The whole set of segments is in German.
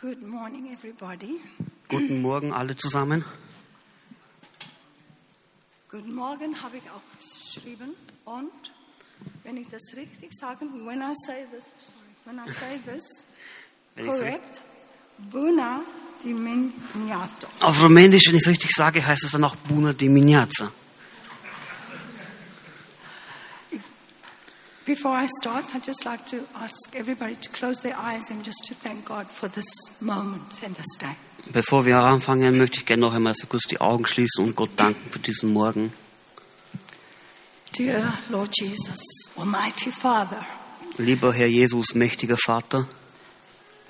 Good morning, everybody. Guten Morgen alle zusammen. Guten Morgen habe ich auch geschrieben. Und wenn ich das richtig sage, when I say this, sorry, when I say this, Wenn ich's correct, Buna diminiato. Auf Rumänisch, wenn ich es richtig sage, heißt es dann auch Bună dimineața. Before I start, I'd just like to ask everybody to close their eyes and just to thank God for this moment and this day. Bevor wir anfangen, möchte ich gerne noch einmal so kurz die Augen schließen und Gott danken für diesen Morgen. Dear Lord Jesus, Almighty Father, Lieber Herr Jesus, mächtiger Vater,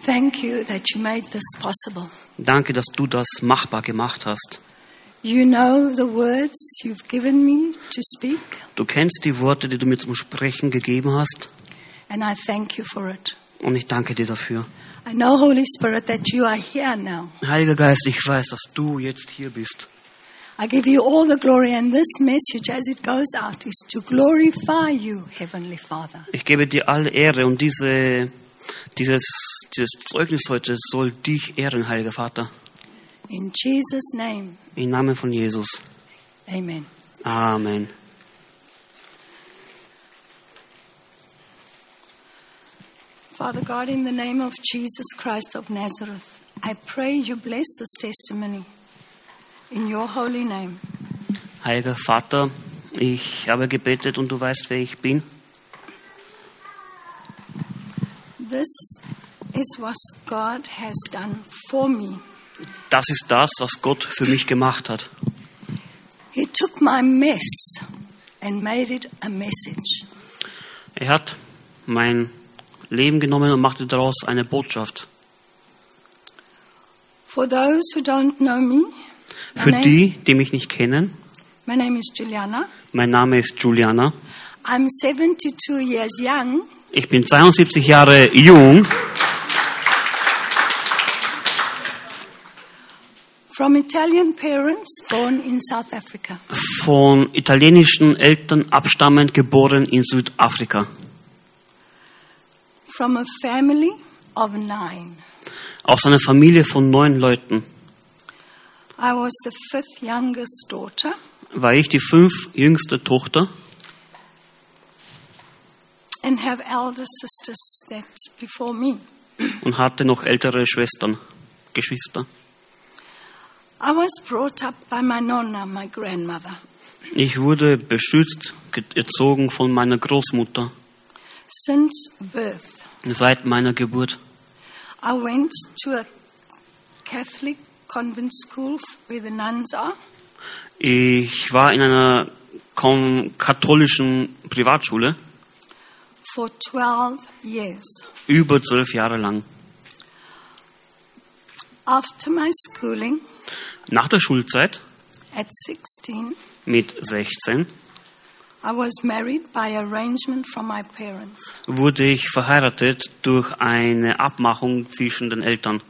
thank you that you made this possible. danke, dass du das machbar gemacht hast. You know the words you've given me to speak, Du kennst die Worte, die du mir zum Sprechen gegeben hast, and I thank you for it. und ich danke dir dafür. I know, Holy Spirit, that you are here now. Heiliger Geist, ich weiß, dass du jetzt hier bist. I give you all the glory, and this message, as it goes out, is to glorify you, Heavenly Father. Ich gebe dir alle Ehre und diese, dieses, dieses Zeugnis heute soll dich ehren, Heiliger Vater. In Jesus' name, Im Namen von Jesus. amen. Amen. Father God, in the name of Jesus Christ of Nazareth, I pray you bless this testimony in your holy name. Heiliger Vater, ich habe gebetet und du weißt, wer ich bin. This is what God has done for me. Das ist das, was Gott für mich gemacht hat. He took my mess and made it a message. Er hat mein Leben genommen und machte daraus eine Botschaft. For those who don't know me, my Für name- die, die mich nicht kennen, my name is Juliana. mein Name ist Juliana. I'm 72 years young, Ich bin 72 Jahre jung. from Italian parents, born in South Africa. von italienischen Eltern abstammend, geboren in Südafrika. From a family of nine. Aus einer Familie von neun Leuten I was the fifth youngest daughter. war ich die fünf jüngste Tochter and have elder sisters that's before me. und hatte noch ältere Schwestern, Geschwister. I was brought up by my nonna, my grandmother. Ich wurde beschützt, ge- erzogen von meiner Großmutter Since birth, seit meiner Geburt. I went to a Catholic convent school where the nuns are, Ich war in einer kom- katholischen Privatschule for 12 years. über zwölf Jahre lang. After my schooling, Nach der Schulzeit at 16, mit 16 I was married by arrangement from my parents. wurde ich verheiratet durch eine Abmachung zwischen den Eltern.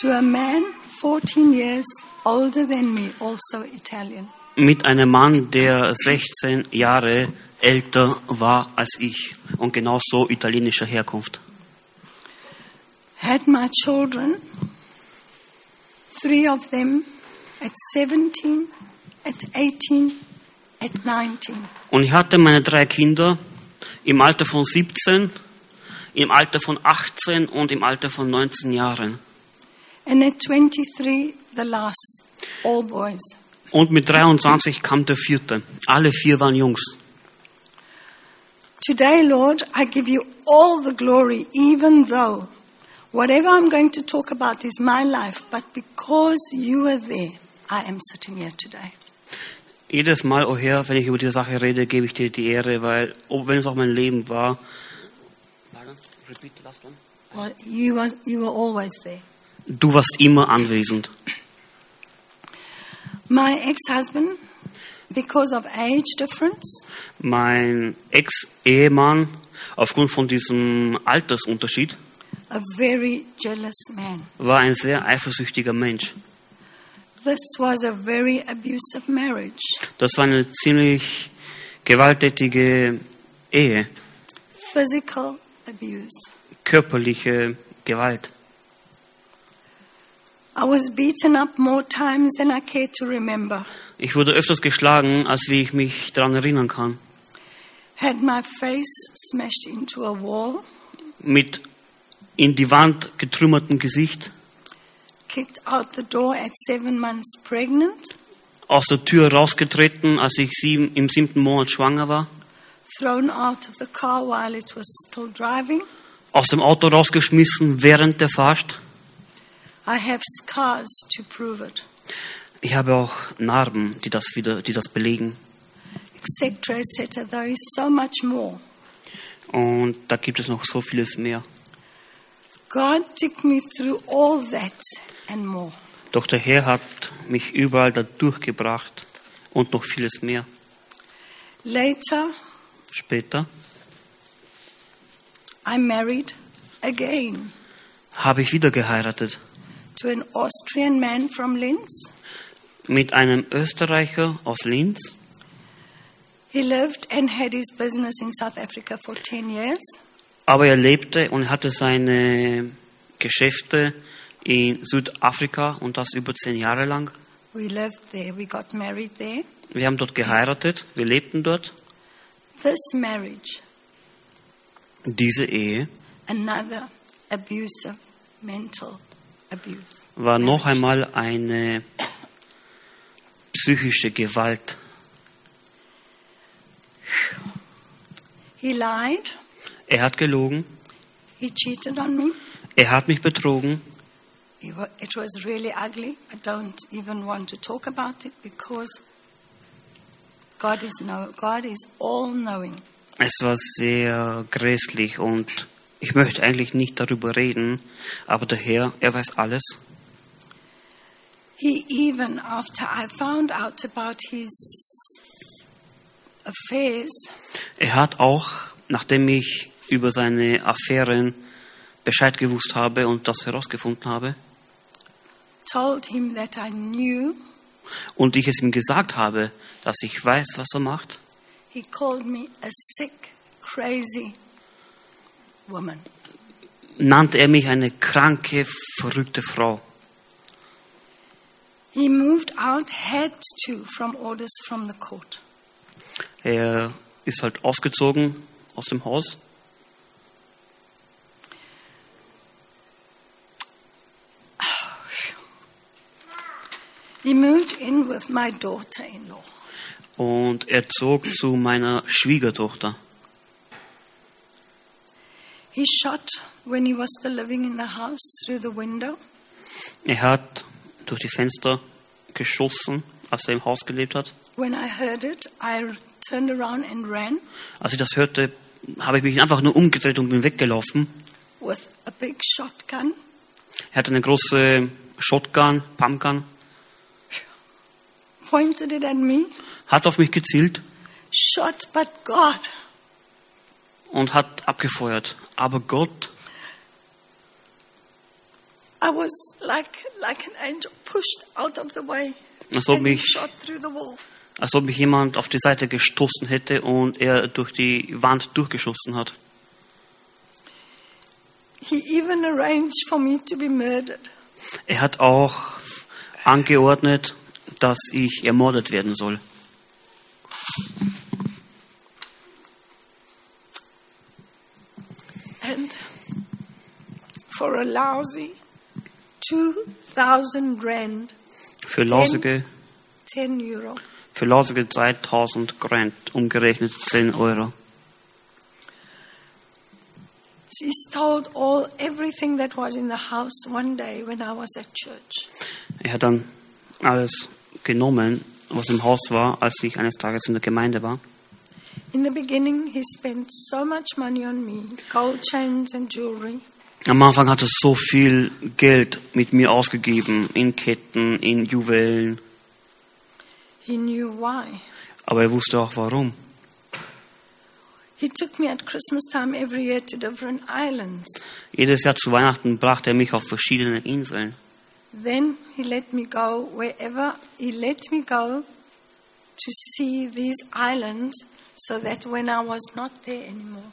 To a man 14 years older than me, also Italian. Mit einem Mann, der 16 Jahre älter war als ich und genauso italienischer Herkunft. had my children, three of them at 17, at 18, at 19. Und ich hatte meine drei Kinder im Alter von 17, im Alter von 18 und im Alter von 19 Jahren. And at 23, the last, all boys. Und mit 23 kam der vierte. Alle vier waren Jungs. Today, Lord, I give you all the glory, even though whatever I'm going to talk about is my life, but because you are there, I am sitting here today. Jedes Mal, oh Herr, wenn ich über diese Sache rede, gebe ich dir die Ehre, weil, oh, wenn es auch mein Leben war. Pardon? Repeat the last one. Well, you, are, you are always there. Du warst immer anwesend. My ex husband, because of age difference, Mein Ex-Ehemann, aufgrund von diesem Altersunterschied, a very jealous man. war ein sehr eifersüchtiger Mensch. This was a very abusive marriage. Das war eine ziemlich gewalttätige Ehe, Physical abuse, körperliche Gewalt. I was beaten up more times than I care to remember. Ich wurde öfters geschlagen, als wie ich mich daran erinnern kann. Had my face smashed into a wall, Mit in die Wand getrümmertem Gesicht, kicked out the door at seven months pregnant, aus der Tür rausgetreten, als ich sieben, im siebten Monat schwanger war, thrown out of the car while it was still driving. aus dem Auto rausgeschmissen während der Fahrt. I have scars to prove it. Ich habe auch Narben, die das wieder, die das belegen. Etc., etc. There is so much more. Und da gibt es noch so vieles mehr. God took me through all that and more. Doch der Herr hat mich überall da durchgebracht und noch vieles mehr. Later, Später I married again habe ich wieder geheiratet to an Austrian man from Linz. mit einem Österreicher aus Linz. He lived and had his business in South Africa for 10 years. Aber er lebte und hatte seine Geschäfte in Südafrika und das über zehn Jahre lang. We lived there, we got married there. Wir haben dort geheiratet, wir lebten dort. This marriage, Diese Ehe another abusive mental abuse. war noch einmal eine psychische Gewalt. He lied, Er hat gelogen, he cheated on me. er hat mich betrogen. It wa- it was really ugly. I don't even want to talk about it because God is know, God is all knowing. Es war sehr grässlich und ich möchte eigentlich nicht darüber reden, aber der Herr, er weiß alles. He even after I found out about his affairs, Er hat auch, nachdem ich über seine Affären Bescheid gewusst habe und das herausgefunden habe told him that I knew. und ich es ihm gesagt habe, dass ich weiß, was er macht, He called me a sick, crazy woman. nannte er mich eine kranke, verrückte Frau. He moved out, had to, from orders from the court. Er ist halt ausgezogen aus dem Haus. He moved in with my daughter-in-law. Und er zog zu meiner Schwiegertochter. He shot when he was still living in the house through the window. Er hat durch die Fenster geschossen, als er im Haus gelebt hat. When I heard it, I turned around and ran Als ich das hörte, habe ich mich einfach nur umgedreht und bin weggelaufen. with a big shotgun. Er hatte eine große Shotgun, Pumpgun, pointed it at me, hat auf mich gezielt shot, but God, und hat abgefeuert. Aber Gott, I was like, like an angel pushed out of the way. als ob and he mich, shot through the wall. als ob mich jemand auf die Seite gestoßen hätte und er durch die Wand durchgeschossen hat. He even arranged for me to be murdered. Er hat auch angeordnet, dass ich ermordet werden soll. And for a lousy 2,000 rand, Für lausige, 10 euro, für lausige 3000 Grand, umgerechnet 10 Euro. she stole all, everything that was in the house one day when I was at church. Er hat dann alles genommen, was im Haus war, als ich eines Tages in der Gemeinde war. In the beginning, he spent so much money on me gold chains and jewelry. Am Anfang hat er so viel Geld mit mir ausgegeben, in Ketten, in Juwelen, He knew why. aber er wusste auch warum. He took me at Christmas time every year to different islands. Jedes Jahr zu Weihnachten brachte er mich auf verschiedene Inseln. Then he let me go wherever he let me go to see these islands so that when I was not there anymore,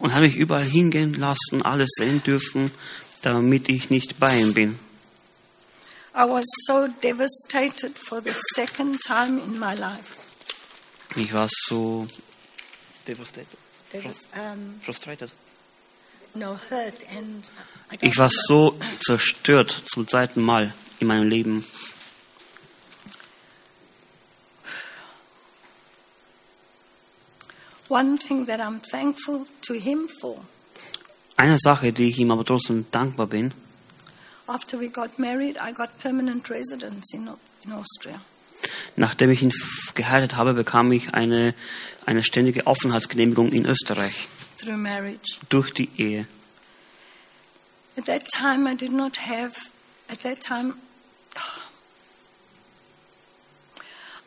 und hat mich überall hingehen lassen, alles sehen dürfen, damit ich nicht bei ihm bin. I was so devastated for the second time in my life. Ich war so devastated, There was, um, frustrated. no hurt and I don't Ich war know. so zerstört zum zweiten Mal in meinem Leben. One thing that I'm thankful to him for, Eine Sache, die ich ihm aber trotzdem dankbar bin, after we got married, I got permanent residence in, Au- in Austria. nachdem ich ihn f- geheiratet habe, bekam ich eine, eine ständige Aufenthaltsgenehmigung in Österreich through marriage. durch die Ehe. At that time, I did not have, at that time,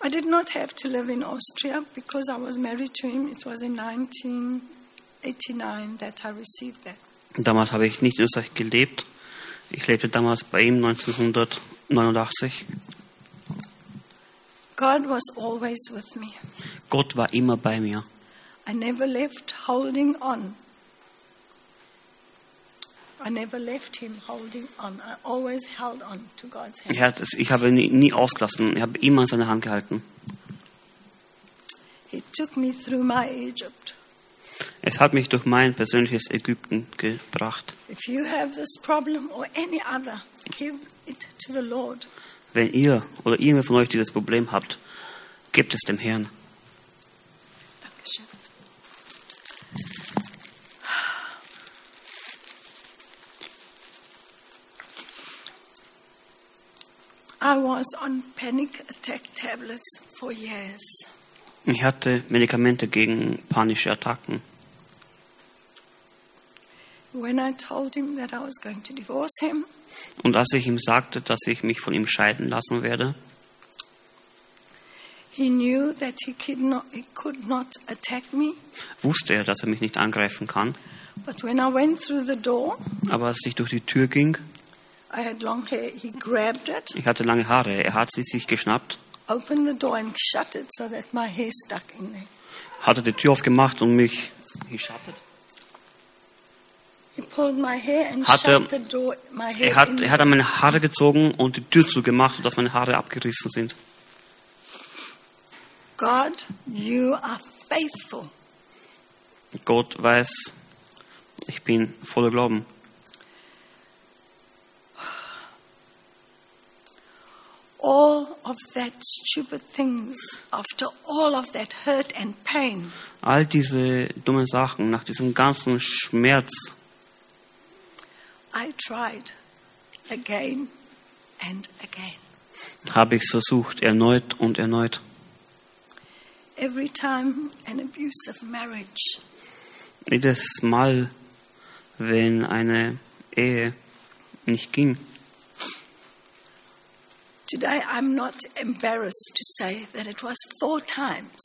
I did not have to live in Austria because I was married to him. It was in 1989 that I received that. Damals habe ich nicht in Österreich gelebt. Ich lebte damals bei ihm 1989. God was always with me. Gott war immer bei mir. I never left holding on. I never left him holding on. I always held on to God's hand. Er hat es, ich habe ihn nie, nie ausgelassen. Ich habe immer an seine Hand gehalten. He took me through my Egypt. Es hat mich durch mein persönliches Ägypten gebracht. If you have this problem or any other, give it to the Lord. Wenn ihr oder irgendwer von euch dieses Problem habt, gebt es dem Herrn. Dankeschön. I was on panic attack tablets for years. Ich hatte Medikamente gegen panische Attacken. When I told him that I was going to divorce him, Und als ich ihm sagte, dass ich mich von ihm scheiden lassen werde, he knew that he could not, he could not attack me. wusste er, dass er mich nicht angreifen kann. But when I went through the door, Aber als ich durch die Tür ging, I had long hair. He grabbed it, ich hatte lange Haare, er hat sie sich geschnappt, opened the door, and shut it so that my hair stuck in there. hatte die Tür aufgemacht und mich geschattet. He pulled my hair and Hat er- shut the door. My hair Er hat, in- er hat an meine Haare gezogen und die Tür zugemacht, sodass meine Haare abgerissen sind. God, you are faithful. Gott weiß, ich bin voller Glauben. All of that stupid things, after all of that hurt and pain, All diese dummen Sachen, nach diesem ganzen Schmerz, I tried again and again. habe ich es versucht, erneut und erneut. Every time an abusive marriage, Jedes Mal, wenn eine Ehe nicht ging. today I'm not embarrassed to say that it was four times.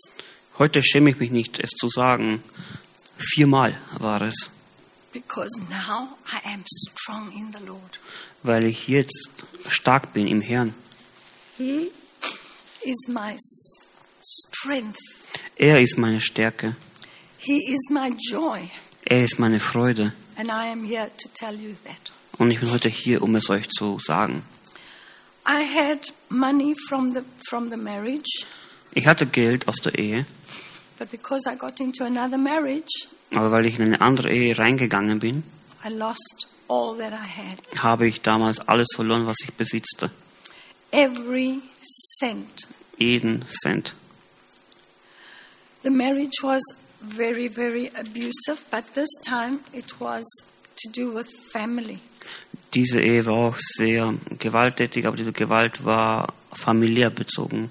Heute schäme ich mich nicht, es zu sagen. Viermal war es, Because now I am strong in the Lord. weil ich jetzt stark bin im Herrn. He is my s- strength. Er ist meine Stärke. He is my joy, Er ist meine Freude. and I am here to tell you that. Und ich bin heute hier, um es euch zu sagen. I had money from the, from the marriage, Ich hatte Geld aus der Ehe, but because I got into another marriage, aber weil ich in eine andere Ehe reingegangen bin, I lost all that I had. habe ich damals alles verloren, was ich besitzte. Every cent. Jeden Cent. The marriage was very, very abusive, but this time it was to do with family. Diese Ehe war auch sehr gewalttätig, aber diese Gewalt war familiär bezogen.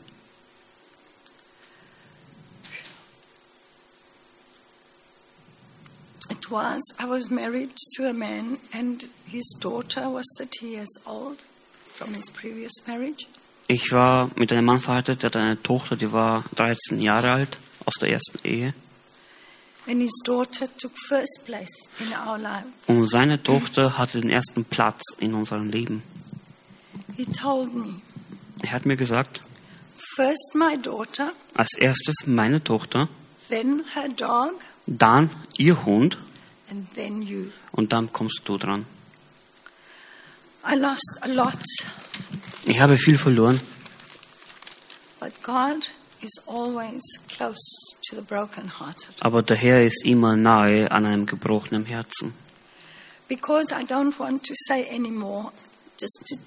It was, I was married to a man, and his daughter was 30 years old from his previous marriage. Ich war mit einem Mann verheiratet, der hatte eine Tochter, die war 13 Jahre alt, aus der ersten Ehe. And his daughter took first place in our life. Und seine Tochter hatte den ersten Platz in unserem Leben. He told me, Er hat mir gesagt, first my daughter, als erstes meine Tochter, then her dog, dann ihr Hund and then you. und dann kommst du dran. I lost a lot. Ich habe viel verloren, But God is always close to the brokenhearted aber der Herr ist immer nahe an einem gebrochenen Herzen. because I don't want to say anymore. Just to,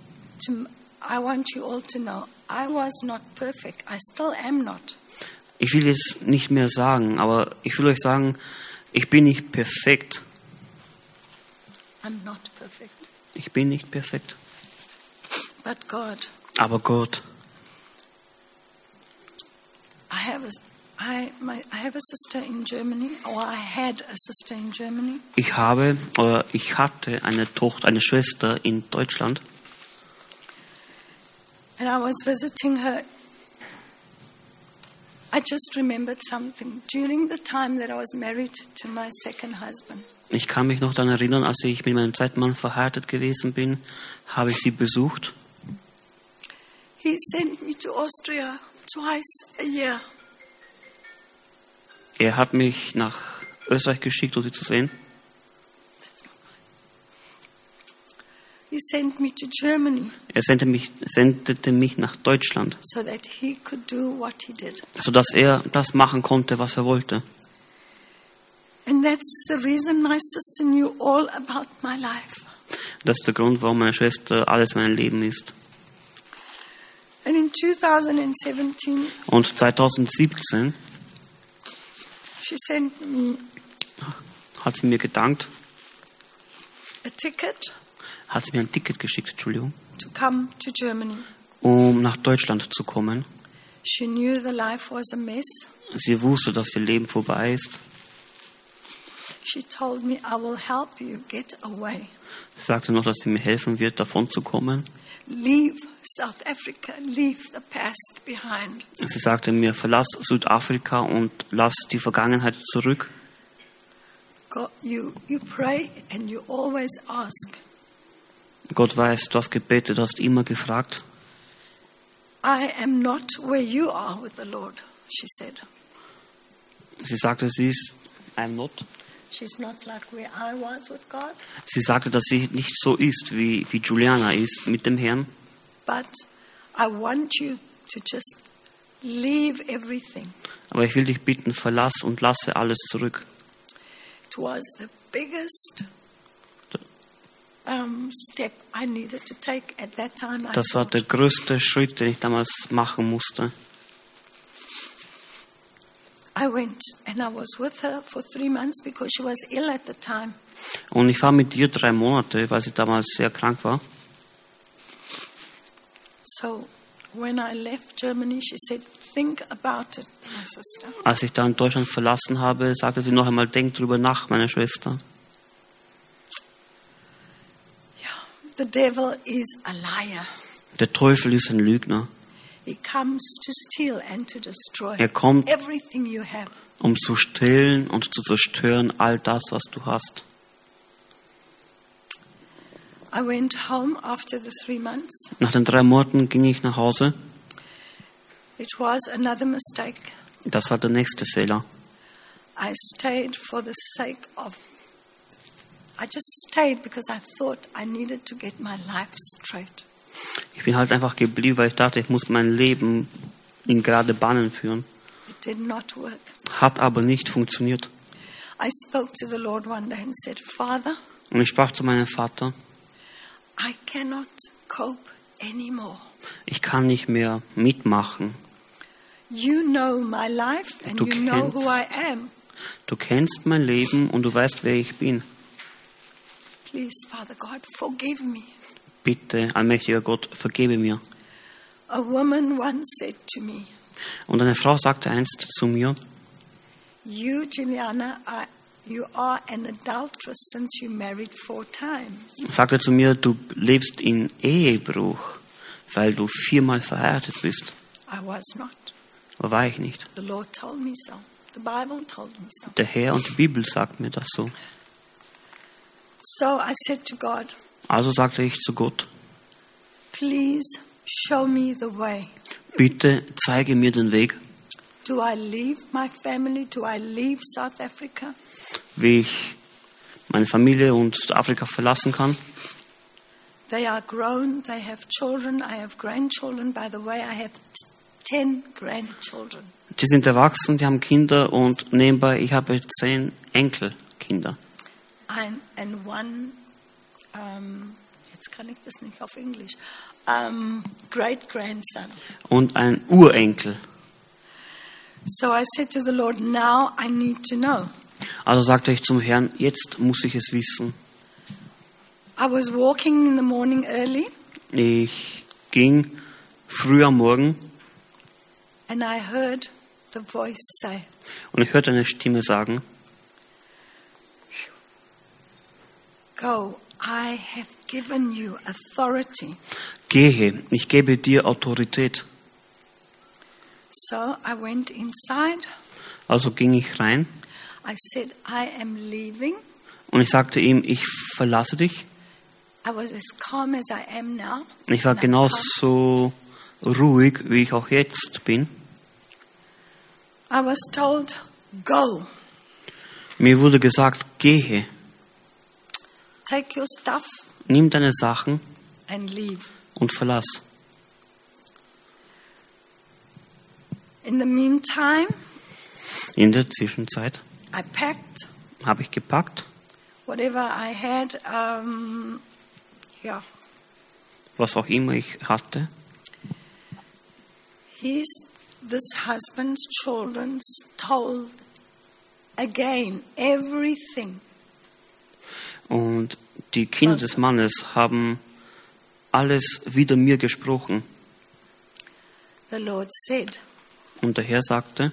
to, I want you all to know I was not perfect. I still am not. Ich will es nicht mehr sagen, aber ich will euch sagen, ich bin nicht perfekt. I'm not perfect. Ich bin nicht perfekt. But God, Aber Gott, I have a, I, my, I have a sister in Germany, or I had a sister in Germany, ich habe oder ich hatte eine Tochter, eine Schwester in Deutschland and I was visiting her. I just remembered something during the time that I was married to my second husband. Ich kann mich noch daran erinnern, als ich mit meinem zweiten Mann verheiratet gewesen bin, habe ich sie besucht. He sent me to Austria twice a year. Er hat mich nach Österreich geschickt, um sie zu sehen. He sent me to Germany Er sendete mich, sendete mich nach Deutschland, so that he could do what he did. sodass er das machen konnte, was er wollte. And that's the reason my sister knew all about my life. Das ist der Grund, warum meine Schwester alles mein Leben ist. And in 2017, Und 2017 she sent me hat sie mir gedankt, a ticket hat sie mir ein Ticket geschickt, Entschuldigung, to come to Germany. um nach Deutschland zu kommen. She knew the life was a mess. Sie wusste, dass ihr Leben vorbei ist. She told me, I will help you get away. Sie sagte noch, dass sie mir helfen wird, davon zu kommen. Leave South Africa, leave the past behind. Sie sagte mir, verlass Südafrika und lass die Vergangenheit zurück. God, you, you pray and you always ask. Gott weiß, du hast gebetet, du hast immer gefragt. I am not where you are with the Lord, she said. Sie sagte, sie ist I'm not. She's not like where I was with God, Sie sagte, dass sie nicht so ist, wie, wie Juliana ist mit dem Herrn. but I want you to just leave everything. Aber ich will dich bitten, verlass und lasse alles zurück. It was the biggest um, step I needed to take at that time. I Das war thought, der größte Schritt, den ich damals machen musste. I went and I was with her for three months because she was ill at the time. Und ich war mit ihr drei Monate, weil sie damals sehr krank war. So when I left Germany, she said, Think about it, my sister. Als ich dann Deutschland verlassen habe, sagte sie noch einmal, denk drüber nach, meine Schwester. Yeah, the devil is a liar. Der Teufel ist ein Lügner. He comes to steal and to destroy Er kommt, everything you have. um zu stillen und zu zerstören all das, was du hast. I went home after the three months. Nach den drei Monaten ging ich nach Hause. It was another mistake. Das war der nächste Fehler. I stayed for the sake of. I just stayed because I thought I needed to get my life straight. Ich bin halt einfach geblieben, weil ich dachte, ich muss mein Leben in gerade Bahnen führen. It did not work. Hat aber nicht funktioniert. I spoke to the Lord one day and said, Father, Und ich sprach zu meinem Vater, I cannot cope anymore. ich kann nicht mehr mitmachen. You know my life and Du you know kennst- who I am. Du kennst mein Leben und du weißt, wer ich bin. Please, Father God, forgive me. Bitte, allmächtiger Gott, vergebe mir. A woman once said to me, Und eine Frau sagte einst zu mir, You, Juliana, are, you are an adulteress since you married four times. sagte zu mir, du lebst in Ehebruch, weil du viermal verheiratet bist. I was not. Aber war ich nicht. The Lord told me so. The Bible told me so. Der Herr und die Bibel sagt mir das so. So I said to God, Also sagte ich zu Gott, Please show me the way. bitte zeige mir den Weg, Do I leave my family? Do I leave South Africa? wie ich meine Familie und Afrika verlassen kann. They are grown, they have children, I have grandchildren. By the way, I have t- 10 grandchildren. Die sind erwachsen, die haben Kinder und nebenbei, ich habe zehn Enkelkinder. And, and one, um, jetzt kann ich das nicht auf Englisch, um, great grandson. Und ein Urenkel. So I said to the Lord, Now I need to know. Also sagte ich zum Herrn, jetzt muss ich es wissen. I was walking in the morning early Ich ging früh am Morgen and I heard the voice say, und ich hörte eine Stimme sagen, Go, I have given you authority. gehe, ich gebe dir Autorität. So I went inside. Also ging ich rein I said, I am leaving. und ich sagte ihm, ich verlasse dich. I was as calm as I am now. Ich war Not calm. genauso ruhig, wie ich auch jetzt bin. I was told, Go, Mir wurde gesagt, gehe, take your stuff nimm deine Sachen and leave. und verlass. In the meantime, In der Zwischenzeit I packed habe ich gepackt, whatever I had. Um, yeah. was auch immer ich hatte. His, this husband's children stole again everything. Und die Kinder des Mannes haben alles wieder mir gesprochen. The Lord said, Und der Herr sagte,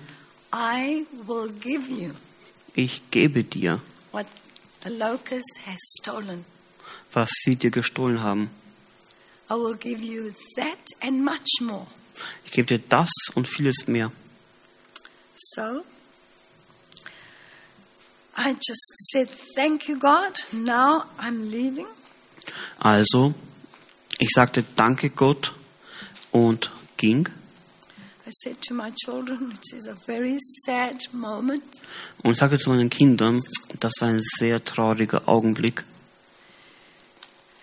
I will give you ich gebe dir, what the locust has stolen. was sie dir gestohlen haben. I will give you that and much more. Ich gebe dir das und vieles mehr. So I just said, Thank you, God. Now I'm leaving. Also, ich sagte Danke Gott und ging. I said to my children, It is a very sad moment. Und sagte zu meinen Kindern, das war ein sehr trauriger Augenblick.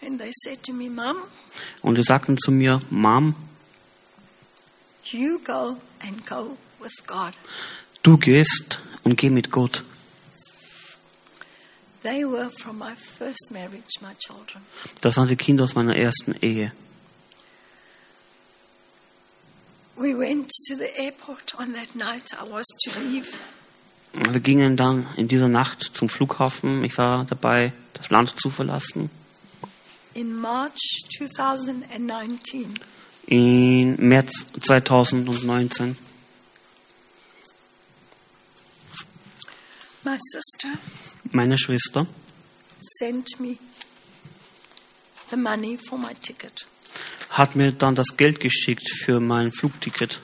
And they said to me, Mom, Und sie sagten zu mir, Mom, you go and go with God. du gehst und geh mit Gott. They were from my first marriage, my children. Das waren die Kinder aus meiner ersten Ehe. We went to the airport on that night I was to leave. Wir gingen dann in dieser Nacht zum Flughafen. Ich war dabei, das Land zu verlassen. In March 2019, In März 2019. my sister Meine Schwester sent me the money for my ticket. hat mir dann das Geld geschickt für mein Flugticket.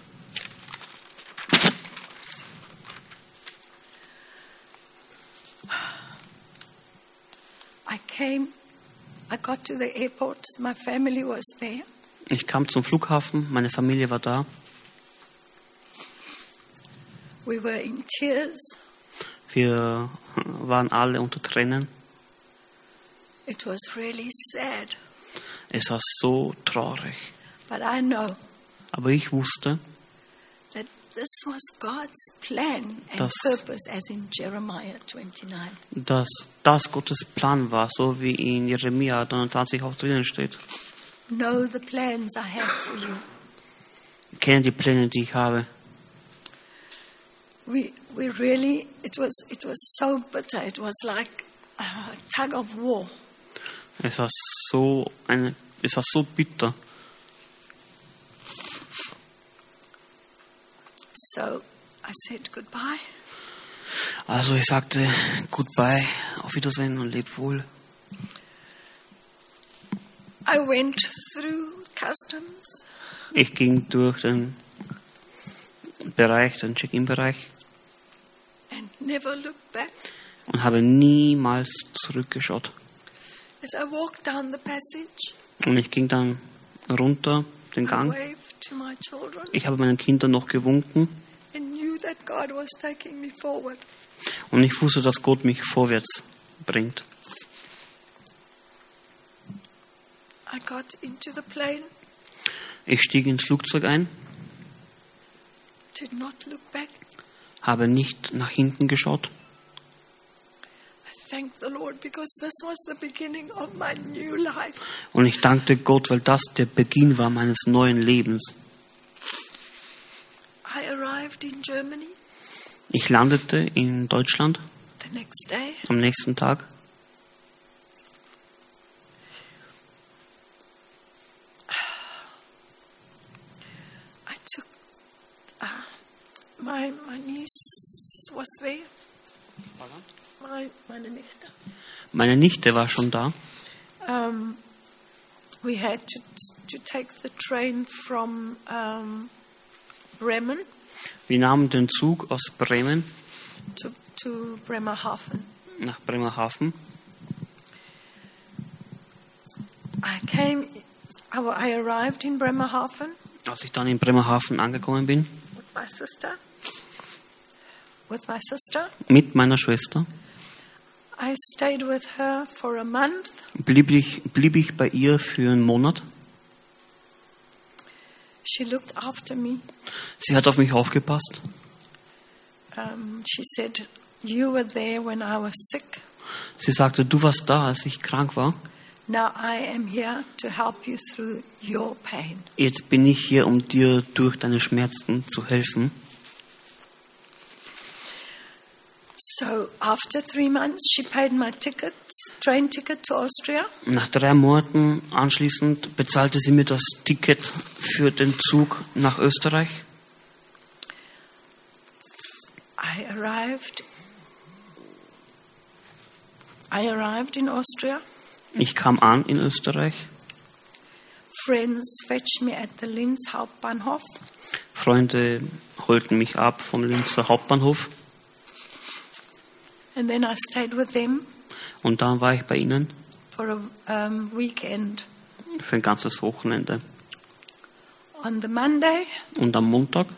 I came, I got to the airport, my family was there, Ich kam zum Flughafen, meine Familie war da. we were in tears. Wir waren alle unter Tränen. It was really sad, Es war so traurig. but I know Aber ich wusste, that this was God's plan and Das- purpose, as in Jeremiah 29. dass das Gottes Plan war, so wie in Jeremia 29 auch drinnen steht. Know the plans I have for you. Ich kenne die Pläne, die ich habe. We, we really, it was, it was so bitter. It was like a tug of war. Es war so, eine, es war so bitter. So I said goodbye. Also ich sagte, goodbye, auf Wiedersehen und leb wohl. I went through customs. Ich ging durch den Bereich, den Check-in-Bereich and never looked back. und habe niemals zurückgeschaut. As I walked down the passage, Und ich ging dann runter den I Gang. waved to my children Ich habe meinen Kindern noch gewunken and knew that God was taking me forward. und ich wusste, dass Gott mich vorwärts bringt. I got into the plane, Ich stieg ins Flugzeug ein, did not look back. habe nicht nach hinten geschaut. I thanked the Lord because this was the beginning of my new life. Und ich dankte Gott, weil das der Beginn war meines neuen Lebens. I arrived in Germany Ich landete in Deutschland the next day. am nächsten Tag. I took uh, my my niece was there. My meine Nichte. Meine Nichte war schon da. Um, we had to to take the train from um, Bremen Wir nahmen den Zug aus Bremen to to Bremerhaven. nach Bremerhaven. I came. I, wa- I arrived in Bremerhaven Als ich dann in Bremerhaven angekommen bin, with my sister. With my sister, mit meiner Schwester, I stayed with her for a month. blieb ich, blieb ich bei ihr für einen Monat. She looked after me. Sie hat auf mich aufgepasst. Um, she said, "You were there when I was sick. Sie sagte, du warst da, als ich krank war. Now I am here to help you through your pain." Jetzt bin ich hier, um dir durch deine Schmerzen zu helfen. So after three months, she paid my ticket, train ticket to Austria. Nach drei Monaten anschließend bezahlte sie mir das Ticket für den Zug nach Österreich. I arrived. I arrived in Austria. Ich kam an in Österreich. Friends fetched me at the Linz Hauptbahnhof. Freunde holten mich ab vom Linzer Hauptbahnhof And then I stayed with them und dann war ich bei ihnen for a um, weekend. für ein ganzes Wochenende. On the Monday Und am Montag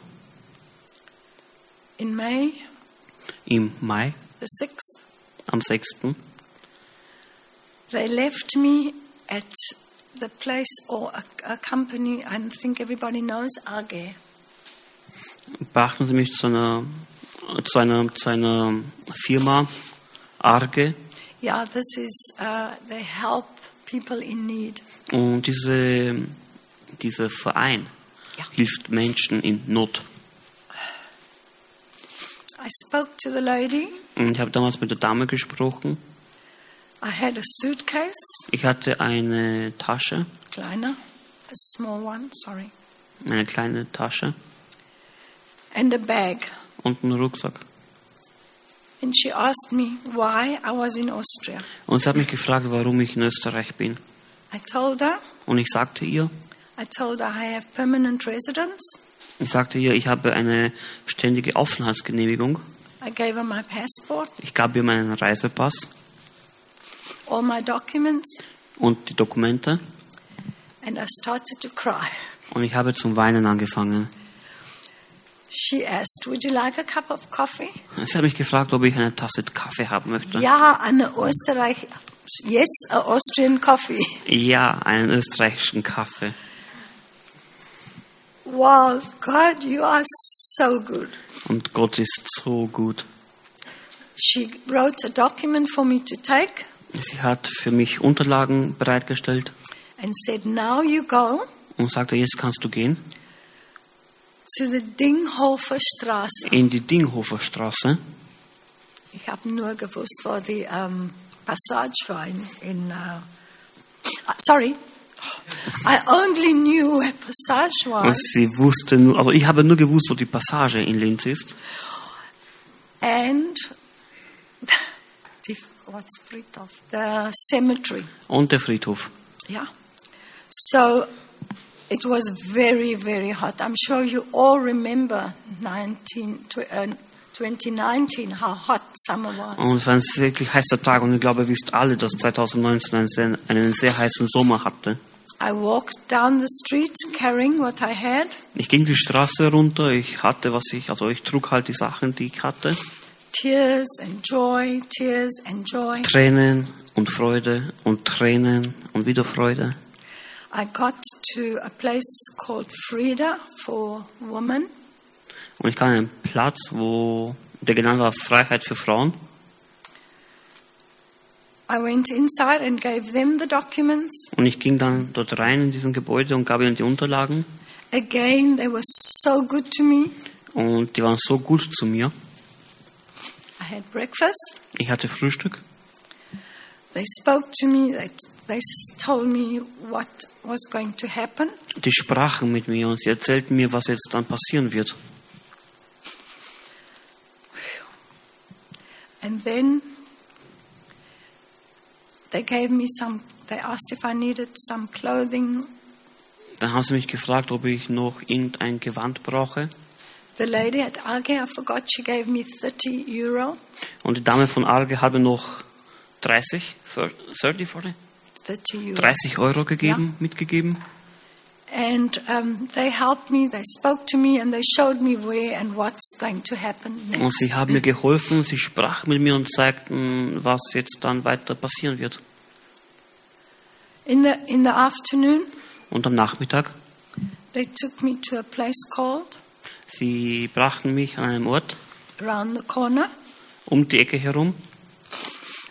in May im Mai, the 6th, am 6., they left me at the place or a, a company, I think everybody knows, E. AG. brachten sie mich zu einer, zu einer, zu einer Firma, Arge. Yeah, this is, uh, they help people in need. Und diese, dieser Verein Ja. hilft Menschen in Not. I spoke to the lady. Und ich habe damals mit der Dame gesprochen. I had a suitcase, Ich hatte eine Tasche, kleiner, a small one, sorry, eine kleine Tasche and a bag. und einen Rucksack. And she asked me why I was in Austria. Und sie hat mich gefragt, warum ich in Österreich bin. I told her, Und ich sagte ihr, I told her I have permanent residence. ich sagte ihr, ich habe eine ständige Aufenthaltsgenehmigung. I gave her my passport, Ich gab ihr meinen Reisepass all my documents, und die Dokumente and I started to cry. und ich habe zum Weinen angefangen. She asked, Would you like a cup of coffee? Sie hat mich gefragt, ob ich eine Tasse Kaffee haben möchte. Ja, eine Österreich. Yes, a Austrian coffee. ja einen österreichischen Kaffee. Wow, God, you are so good. Und Gott ist so gut. She wrote a document for me to take Sie hat für mich Unterlagen bereitgestellt and said, Now you go und sagte, jetzt kannst du gehen to the Dinghofer Straße. in die Dinghofer Straße. Ich habe nur gewusst, wo die ähm, Passage war in. in äh, ah, sorry. I only knew where Passage Und was. sie wusste nur, also ich habe nur gewusst, wo die Passage in Linz ist. and the, what's Friedhof? The cemetery. Und der Friedhof. Yeah. So it was very, very hot. I'm sure you all remember 19, tw- uh, 2019 how hot summer was. Und es war ein wirklich heißer Tag und ich glaube, ihr wisst alle, dass 2019 einen sehr, einen sehr heißen Sommer hatte. I walked down the street carrying what I had, Ich ging die Straße runter, ich hatte, was ich, also ich trug halt die Sachen, die ich hatte. tears and joy, tears and joy. Tränen und Freude und Tränen und wieder Freude. I got to a place called Frida for women. Und ich kam an einen Platz, wo der genannt war Freiheit für Frauen. I went inside and gave them the documents. Und ich ging dann dort rein in diesem Gebäude und gab ihnen die Unterlagen. Again, they were so good to me. Und die waren so gut zu mir. I had breakfast. Ich hatte Frühstück. They spoke to me. They, they s- told me what was going to happen. Die sprachen mit mir und sie erzählten mir, was jetzt dann passieren wird. And then they gave me some, they asked if I needed some clothing. Dann haben sie mich gefragt, ob ich noch irgendein Gewand brauche. The lady at Alge, I forgot, she gave me 30 euro, Und die Dame von Arge habe noch 30, 30, 40, 30 euro. 30 Euro gegeben, mitgegeben. And um, they helped me, they spoke to me, and they showed me where and what's going to happen Und next. sie haben mir geholfen, sie sprachen mit mir und zeigten, was jetzt dann weiter passieren wird. In the, in the afternoon, Und am Nachmittag, they took me to a place called sie brachten mich an einem Ort Around the Corner. um die Ecke herum.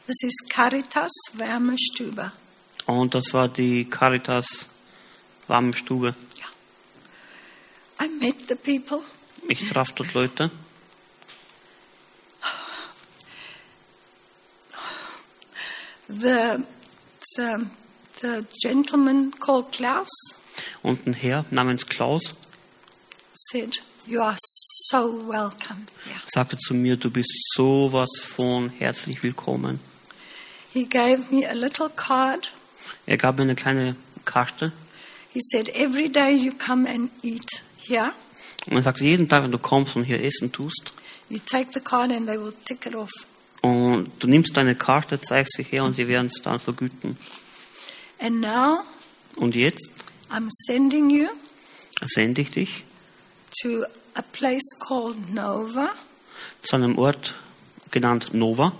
This is Caritas Wärmestube. Und das war die Caritas Warmstube. I met the people. Ich traf dort Leute. The, the, the gentleman called Klaus Und ein Herr namens Klaus said, You are so welcome here. sagte zu mir, du bist sowas von herzlich willkommen. He gave me a little card. Er gab mir eine kleine Karte He said, Every day you come and eat here. und er sagte, jeden Tag, wenn du kommst und hier essen tust, You take the card and they will tick it off. und du nimmst deine Karte, zeigst sie her und sie werden es dann vergüten. And now Und jetzt I'm sending you sende ich dich to a place called Nova zu einem Ort genannt Nova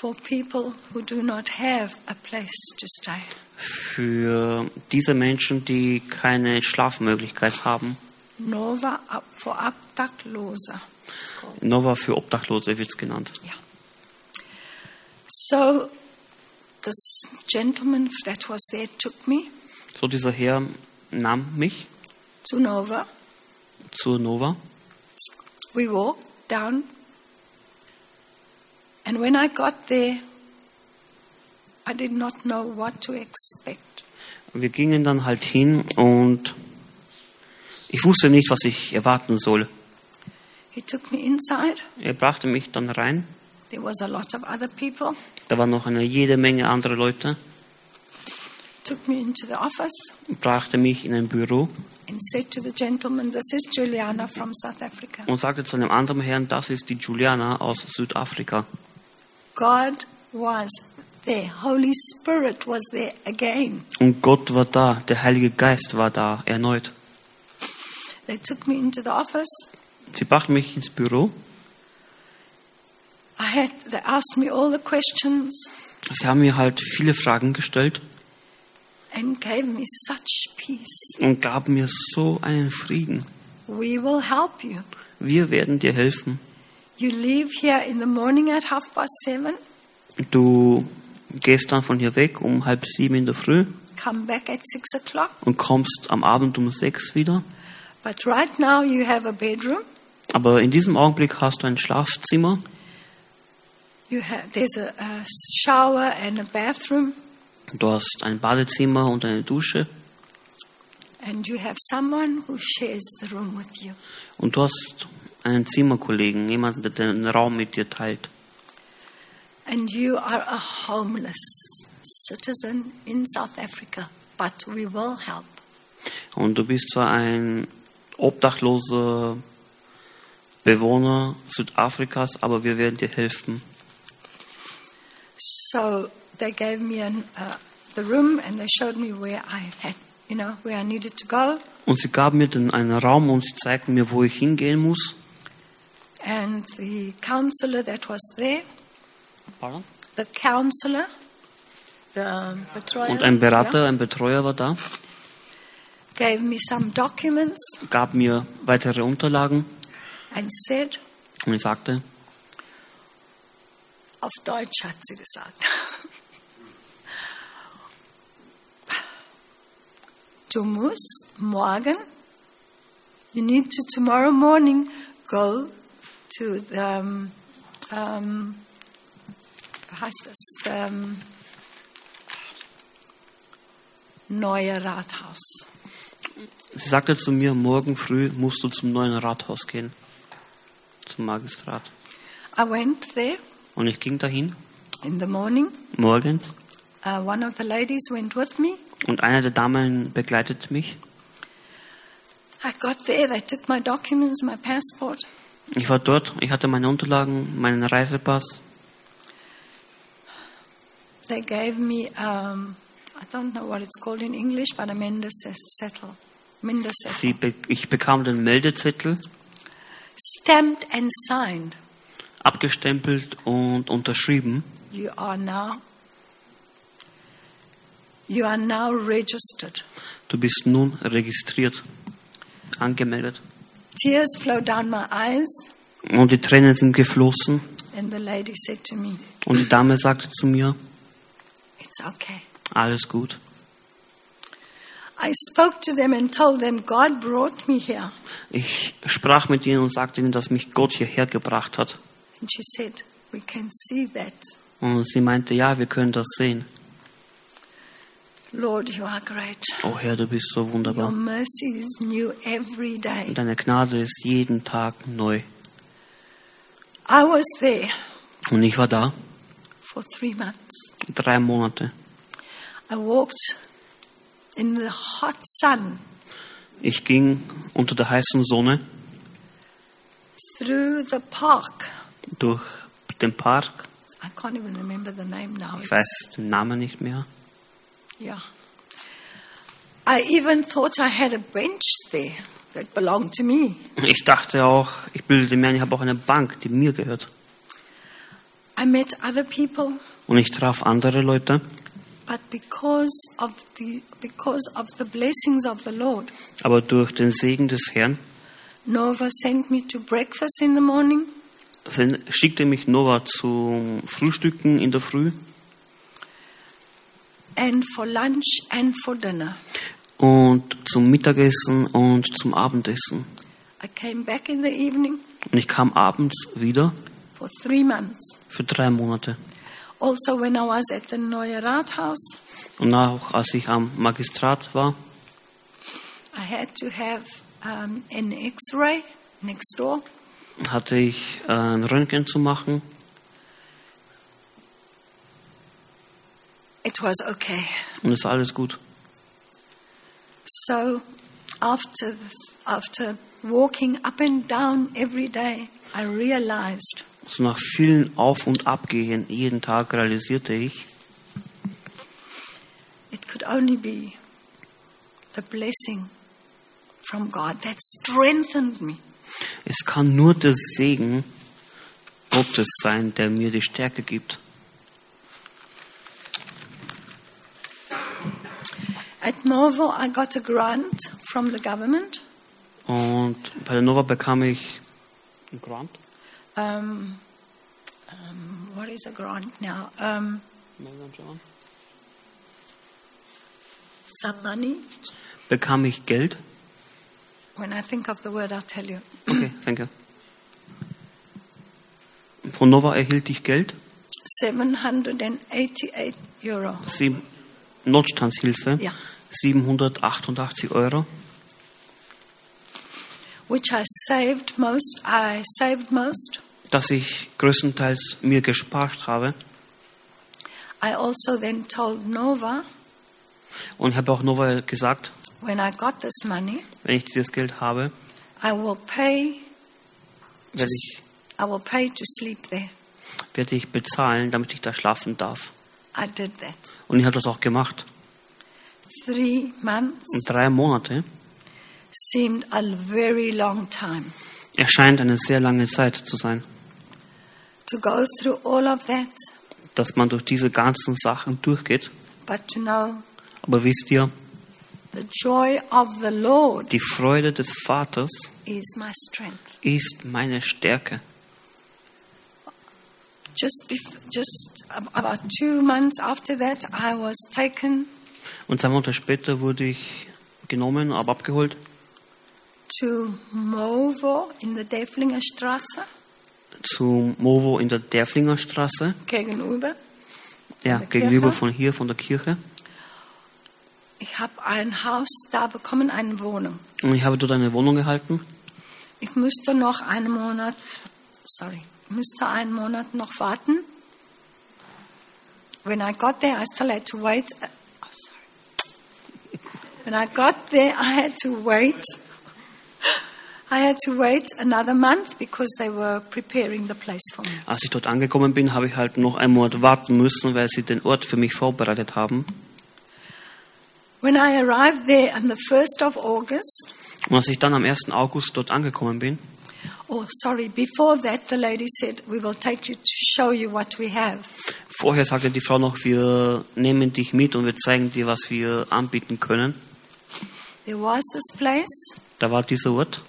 for people who do not have a place to stay. für diese Menschen, die keine Schlafmöglichkeit haben. Nova ab- for Obdachlose. Nova für Obdachlose wird es genannt. Yeah. So this gentleman that was there took me So dieser Herr nahm mich to Nova. zur Nova We walked down. And when I got there, I did not know what to expect. Wir gingen dann halt hin und ich wusste nicht, was ich erwarten soll. He took me inside. Er brachte mich dann rein. There was a lot of other people. Da waren noch eine jede Menge andere Leute. Took me into the office Brachte mich in ein Büro and said to the gentleman, This is Juliana from South Africa. und sagte zu einem anderen Herrn, das ist die Juliana aus Südafrika. God was there. Holy Spirit was there again. Und Gott war da, der Heilige Geist war da, erneut. They took me into the office. Sie brachten mich ins Büro. I had, they asked me all the questions Sie haben mir halt viele Fragen gestellt and gave me such peace. und gaben mir so einen Frieden. We will help you. Wir werden dir helfen. You leave here in the morning at half past seven, Du gehst dann von hier weg um halb sieben in der Früh come back at six o'clock. und kommst am Abend um sechs wieder. But right now you have a bedroom. Aber in diesem Augenblick hast du ein Schlafzimmer. You have, there's a, a shower and a bathroom, Du hast ein Badezimmer und eine Dusche. and you have someone who shares the room with you. Und du hast einen Zimmerkollegen, jemanden, der den Raum mit dir teilt. And you are a homeless citizen in South Africa, but we will help. Und du bist zwar ein obdachloser Bewohner Südafrikas, aber wir werden dir helfen. So they gave me an, uh, the room and they showed me where I had, you know, where I needed to go. Und sie gaben mir dann einen Raum und sie zeigten mir, wo ich hingehen muss. And the counselor that was there, Pardon? the um, counselor the betrayal, Und ein Berater, ein Betreuer war da, yeah, gave me some documents gab mir weitere Unterlagen and said, und ich sagte, auf Deutsch hat sie gesagt. Du musst morgen, you need to tomorrow morning go to the, um, um, wie heißt das, the, um, neue Rathaus. sie sagte zu mir, morgen früh musst du zum neuen Rathaus gehen, zum Magistrat. I went there Und ich ging dahin, in the morning. morgens, Uh, one of the ladies went with me. und eine der Damen begleitete mich. I got there, they took my documents, my passport. Ich war dort, ich hatte meine Unterlagen, meinen Reisepass. They gave me, um, I don't know what it's called in English, but a Mendes settle. Mendes Sie settle. be ich bekam den Meldezettel, Stamped and signed. abgestempelt und unterschrieben. You are now. You are now registered. Du bist nun registriert, angemeldet. Tears flowed down my eyes, Und die Tränen sind geflossen. and the lady said to me, Und die Dame sagte zu mir, It's okay. alles gut. I spoke to them and told them, God brought me here. Ich sprach mit ihnen und sagte ihnen, dass mich Gott hierher gebracht hat. And she said, We can see that. Und sie meinte, ja, wir können das sehen. Lord, you are great. Oh Herr, du bist so Your wunderbar. mercy is new every day. Und deine Gnade ist jeden Tag neu. I was there Und ich war da, for three months. drei Monate. I walked in the hot sun Ich ging unter der heißen Sonne through the park. durch den Park. I can't even remember the name now. It's- Ich weiß den Namen nicht mehr. Yeah. I even thought I had a bench there that belonged to me. Ich dachte auch, ich bildete mir ein, ich habe auch eine Bank, die mir gehört. I met other people, Und ich traf andere Leute. but because of the because of the blessings of the Lord, Aber durch den Segen des Herrn Nova sent me to breakfast in the morning. sen- schickte mich Nova zum Frühstücken in der Früh and for lunch and for dinner. und zum Mittagessen und zum Abendessen. I came back in the evening Und ich kam abends wieder for three months. für drei Monate. Also, when I was at the Neue Rathaus, Und auch als ich am Magistrat war, I had to have um, an x ray next door. hatte ich äh, ein Röntgen zu machen. It was okay. Und es war alles gut. So, after, after walking up and down every day, I realized So nach vielen Auf- und Abgehen jeden Tag realisierte ich, it could only be the blessing from God that strengthened me. es kann nur der Segen Gottes sein, der mir die Stärke gibt. At Novo, I got a grant from the government. Und bei der Nova bekam ich einen Grant. um, um, what is a grant now? Um, some money. Bekam ich Geld. When I think of the word, I'll tell you. Okay, danke. Von Nova erhielt ich Geld. 788 euro. Sieben, Notstandshilfe. Ja. 788 Euro. Which I saved most. I saved most. Das ich größtenteils mir gespart habe. I also then told Nova Und ich habe auch Nova gesagt, when I got this money, wenn ich dieses Geld habe, I will pay. werde ich, I will pay to sleep there. werde ich bezahlen, damit ich da schlafen darf. I did that. Und ich habe das auch gemacht. Three months Und drei Monate seemed a very long time erscheint eine sehr lange Zeit zu sein. to go through all of that dass man durch diese ganzen Sachen durchgeht But you know, Aber wisst ihr, the joy of the Lord die Freude des Vaters is my strength. ist meine Stärke. Just, bef- just ab- about two months after that, I was taken Und zwei Monate später wurde ich genommen, aber abgeholt to Movo in the Deflinger Straße zu Movo in der Derflinger Straße, gegenüber. ja, der gegenüber Kirche? von hier, von der Kirche. Ich habe ein Haus da bekommen, eine Wohnung. Und ich habe dort eine Wohnung gehalten. Ich müsste noch einen Monat, sorry, müsste einen Monat noch warten. When I got there, I still had to wait. uh, Oh, sorry. When I got there, I had to wait. I had to wait another month because they were preparing the place for me. Als ich dort angekommen bin, habe ich halt noch einen Monat warten müssen, weil sie den Ort für mich vorbereitet haben. When I arrived there on the 1st of August, Und als ich dann am 1. August dort angekommen bin, oh, sorry, before that, the lady said, We will take you to show you what we have. vorher sagte die Frau noch, wir nehmen dich mit und wir zeigen dir, was wir anbieten können. There was this place. Da war dieser Ort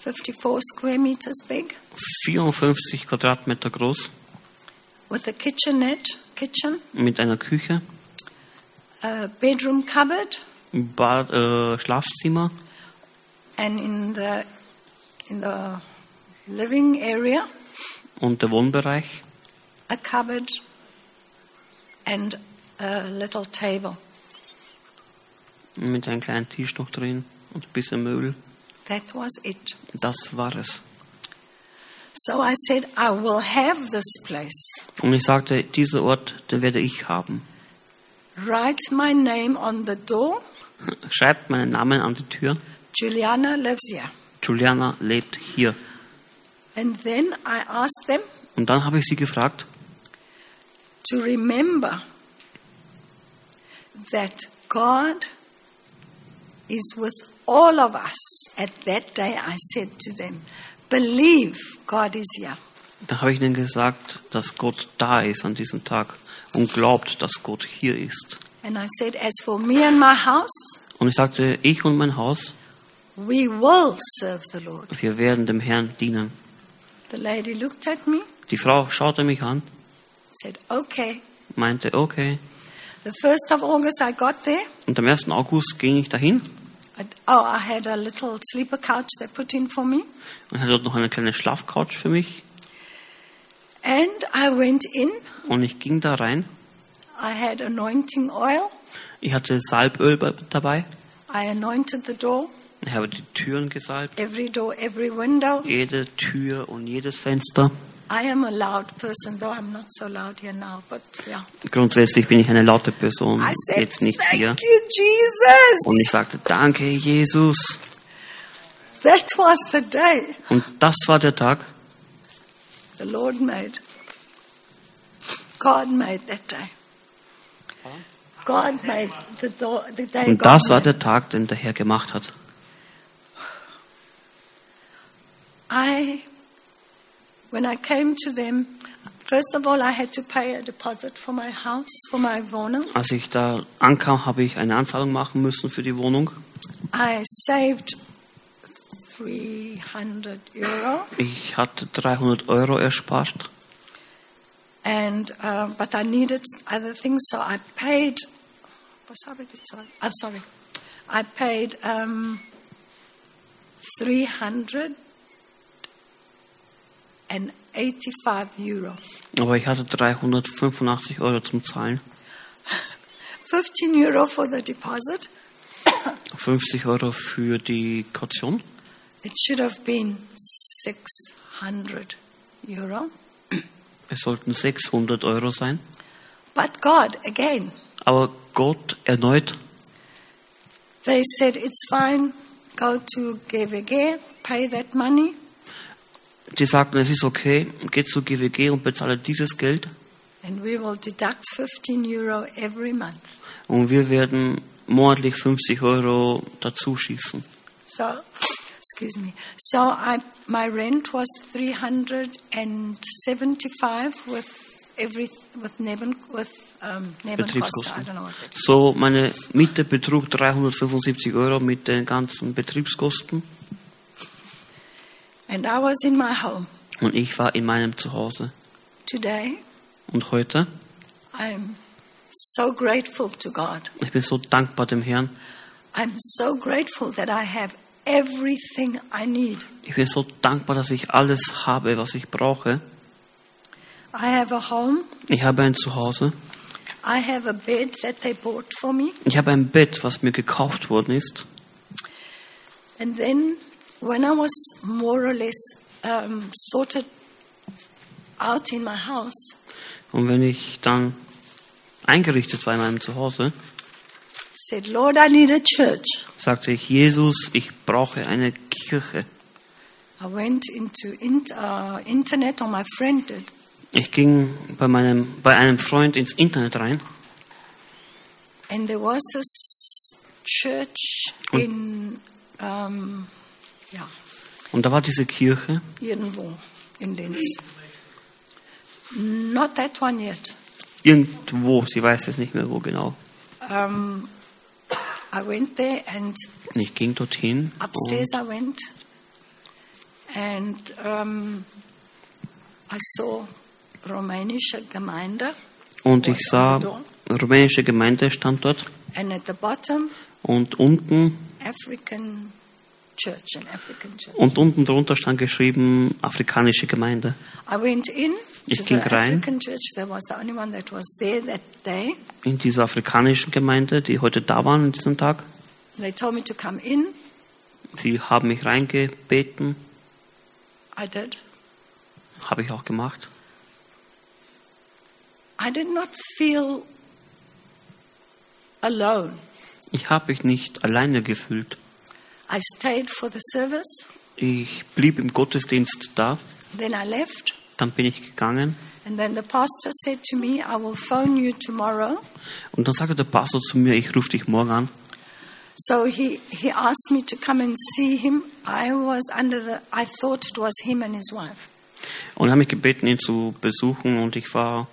54 square meters big, 54 Quadratmeter groß with a kitchenette, kitchen, mit einer Küche, a bedroom cupboard, Bad, äh, Schlafzimmer and in the in the living area, und der Wohnbereich a cupboard and a little table. mit einem kleinen Tisch noch drin und ein bisschen Möbel. That was it. Das war es. So I said, I will have this place. Und ich sagte, dieser Ort, den werde ich haben. Write my name on the door. Schreibt meinen Namen an die Tür. Juliana lives here. Juliana lebt hier. And then I asked them Und dann habe ich sie gefragt, to remember that God is with all of us. At that day, I said to them, Believe God is here. dann habe ich ihnen gesagt, dass Gott da ist an diesem Tag und glaubt, dass Gott hier ist. And I said, As for me and my house, Und ich sagte, ich und mein Haus, we will serve the Lord. wir werden dem Herrn dienen. The lady looked at me, Die Frau schaute mich an, said, Okay. meinte, okay. The 1st of August, I got there. Und am 1. August ging ich dahin I, oh, I had a little sleeper couch they put in for me. und hatte dort noch eine kleine Schlafcouch für mich. And I went in. Und ich ging da rein. I had anointing oil. Ich hatte Salböl bei- dabei. I anointed the door, Ich habe die Türen gesalbt. every door, every window. Jede Tür und jedes Fenster. I am a loud person, though I'm not so loud here now, but yeah. Grundsätzlich bin ich eine laute Person, I said, jetzt nicht Thank hier. you, Und ich Jesus. sagte, danke, Jesus. That was the day Und das war der Tag, the Lord made. God made that day. God made the, door, the day. und God das war made. der Tag, den der Herr gemacht hat. I, when I came to them, first of all, I had to pay a deposit for my house, for my Wohnung. Als ich da ankam, habe ich eine Anzahlung machen müssen für die Wohnung. I saved 300 euro, Ich hatte 300 Euro erspart, and uh, but I needed other things, so I paid. oh, Was habe ich gezahlt? I'm sorry. I paid um, 385 euro. aber ich hatte 385 Euro zum Zahlen. 15 euro for the deposit. 50 Euro für die Kaution. It should have been 600 euro. Es sollten 600 Euro sein. But God, again, Aber Gott erneut, They said, it's fine, go to GVG, pay that money. die sagten, es ist okay, geh zu GWG und bezahle dieses Geld And we will deduct 15 euro every month. und wir werden monatlich 50 Euro dazu schießen. So, excuse me. So I, my rent was 375 with every with Neben with um, Nebenkosten. I Betriebskosten. don't know what that is. So, meine Miete betrug 375 Euro mit den ganzen Betriebskosten And I was in my home und ich war in meinem Zuhause. today. Und heute, I'm so grateful to God. ich bin so dankbar dem Herrn. I'm so grateful that I have everything I need. Ich bin so dankbar, dass ich alles habe, was ich brauche. I have a home. Ich habe ein Zuhause. I have a bed that they bought for me. Ich habe ein Bett, was mir gekauft worden ist. And then, when I was more or less um, sorted out in my house, Und wenn ich dann eingerichtet war in meinem Zuhause, said, "Lord, I need a church." sagte ich, Jesus, ich brauche eine Kirche. I went into in, uh, internet, or my friend did, Ich ging bei, meinem, bei einem Freund ins Internet rein and there was this church in um, yeah, und da war diese Kirche, irgendwo in Linz. Not that one yet. irgendwo, sie weiß jetzt nicht mehr wo genau. Um, I went there, and Und ich ging dorthin upstairs und I went, and um, I saw Rumänische Gemeinde, und ich sah, rumänische Gemeinde stand dort and at the bottom und unten, African church, an African church. und unten drunter stand geschrieben afrikanische Gemeinde. I went in Ich to the ging rein. African church. There was the only one that was there that day. In dieser afrikanischen Gemeinde, die heute da waren an diesem Tag, They told me to come in. sie haben mich reingebeten, I did. habe ich auch gemacht. I did not feel alone. Ich habe mich nicht alleine gefühlt. I stayed for the service. Ich blieb im Gottesdienst da, Then I left. dann bin ich gegangen And then the pastor said to me, I will phone you tomorrow. und dann sagte der Pastor zu mir, ich rufe dich morgen an. So he, he asked me to come and see him. I was under the, I thought it was him and his wife. Und er hat mich gebeten, ihn zu besuchen und ich war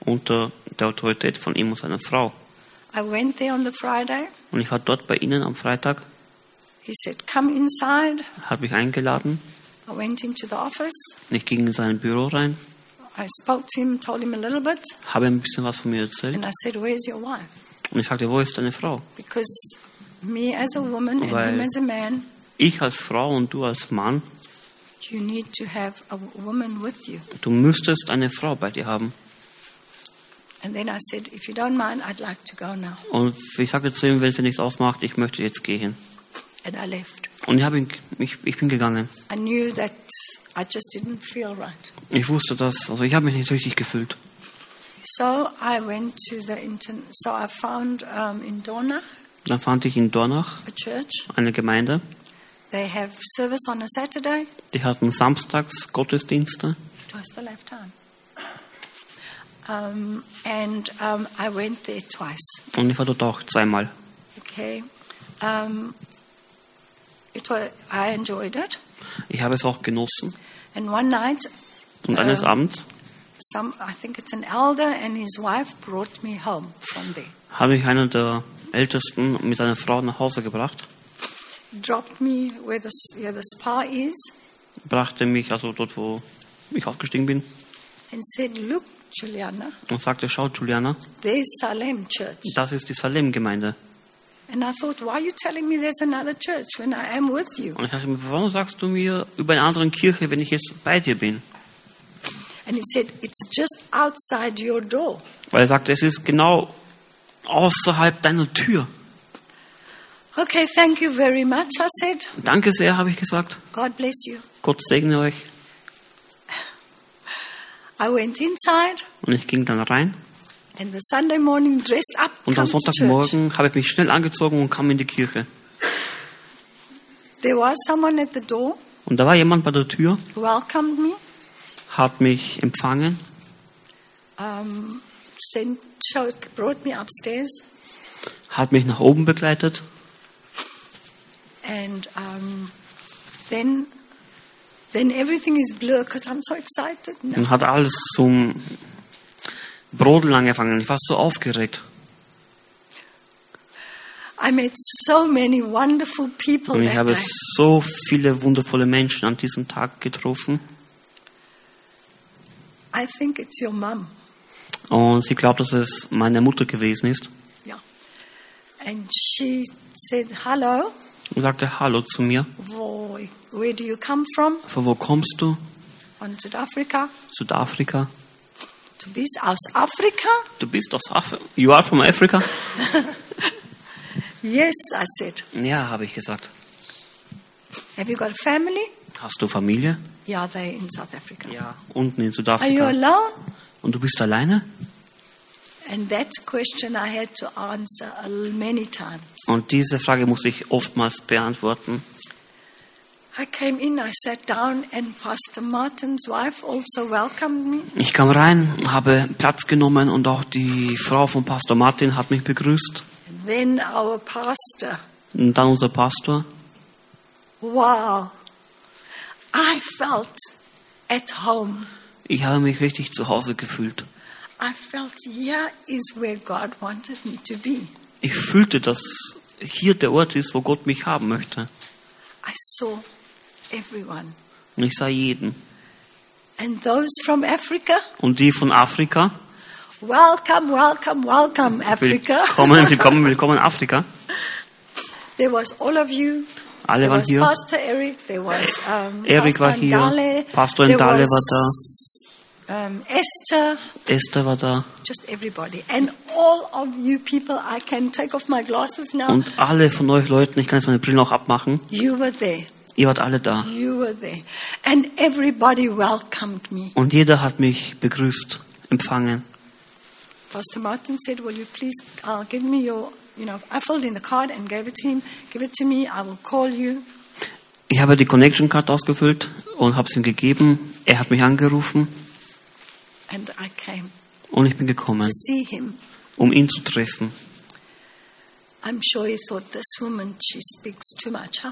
unter der Autorität von ihm und seiner Frau. I went there on the Friday. Und ich war dort bei ihnen am Freitag, He said, come inside. hat mich eingeladen I went into the office. und ich ging in sein Büro rein, I spoke to him, told him a little bit, habe ihm ein bisschen was von mir erzählt and I said, Where's your wife? und ich fragte, wo ist deine Frau? Because me as a woman and Weil- him as a man, Ich als Frau und du als Mann, you need to have a woman with you. du müsstest eine Frau bei dir haben. And then I said, If you don't mind, I'd like to go now. Und ich sagte zu ihm, wenn es dir nichts ausmacht, ich möchte jetzt gehen. And I left. Und ich, habe ihn, ich, ich bin gegangen. I knew that I just didn't feel right. Ich wusste das, also ich habe mich nicht richtig gefühlt. So I went to the intern. So I found um, in Dornach Dann fand ich in Dornach a church. eine Gemeinde, They have service on a Saturday. die hatten samstags Gottesdienste. It was the left time. Um, and um, I went there twice. Und ich war dort auch zweimal. Okay. Um, it was, I enjoyed it. Ich habe es auch genossen. And one night, Und eines Abends some I think it's an elder and his wife brought me home from there. habe ich einen der Ältesten mit seiner Frau nach Hause gebracht, Dropped me where the, s- where the spa is brachte mich also dort, wo ich ausgestiegen bin, and said, Look, Juliana, und sagte, schau Juliana, there's Salem Church. das ist die Salem-Gemeinde. And I thought, Why are you telling me there's another church when I am with you? Und ich dachte mir, warum sagst du mir über eine andere Kirche, wenn ich jetzt bei dir bin? And he said, It's just outside your door. Weil er sagte, es ist genau außerhalb deiner Tür. Okay, thank you very much, I said. Danke sehr, habe ich gesagt. God bless you. Gott segne euch. I went inside Und ich ging dann rein. and the Sunday morning dressed up. Und am come to church. Sonntagmorgen habe ich mich schnell angezogen und kam in die Kirche. There was someone at the door Und da war jemand bei der Tür, who welcomed me, hat mich empfangen, um, sent, showed, brought me upstairs, hat mich nach oben begleitet. and um, then then everything is blur because I'm so excited. No. und hat alles zum brodeln angefangen. Ich war so aufgeregt. I met so many wonderful people Und ich that habe day. so viele wundervolle Menschen an diesem Tag getroffen. I think it's your mum. Und sie glaubt, dass es meine Mutter gewesen ist. Yeah. And she said, Hello, Und sagte Hallo zu mir. boy, where do you come from? Von wo kommst du? From Südafrika. Südafrika. Du bist aus Afrika? Du bist aus Afrika. You are from Africa? Yes, I said. Ja, habe ich gesagt. Have you got a family? Hast du Familie? Yeah, they're in South Africa. Ja. Unten in Are you Südafrika. alone? Und du bist alleine? And that question I had to answer a- many times. Und diese Frage muss ich oftmals beantworten. I came in, I sat down, and Pastor Martin's wife also welcomed me. Ich kam rein, habe Platz genommen und auch die Frau von Pastor Martin hat mich begrüßt. And then our pastor. Und dann unser Pastor. Wow. I felt at home. Ich habe mich richtig zu Hause gefühlt. I felt here is where God wanted me to be. Ich fühlte, dass hier der Ort ist, wo Gott mich haben möchte. I saw everyone. Und ich sah jeden. And those from Africa, Und die von Afrika, welcome, welcome, welcome, Africa. willkommen, willkommen, willkommen Afrika. there was all of you. Alle there waren was hier. Pastor Eric, there was um, Erik Pastor war hier, Ndale, Pastor there Ndale was, Um, Esther, Esther war da. just everybody. And all of you people, I can take off my glasses now. Und alle von euch Leuten, ich kann jetzt meine Brille noch abmachen, you were there. ihr wart alle da. You were there. And everybody welcomed me. Und jeder hat mich begrüßt, empfangen. Pastor Martin said, Will you please uh, give me your, you know, I filled in the card and gave it to him. Give it to me, I will call you. Ich habe die Connection Card ausgefüllt und habe es ihm gegeben. Er hat mich angerufen And I came und ich bin gekommen, to see him. um ihn zu treffen. I'm sure he thought, This woman, she speaks too much, huh?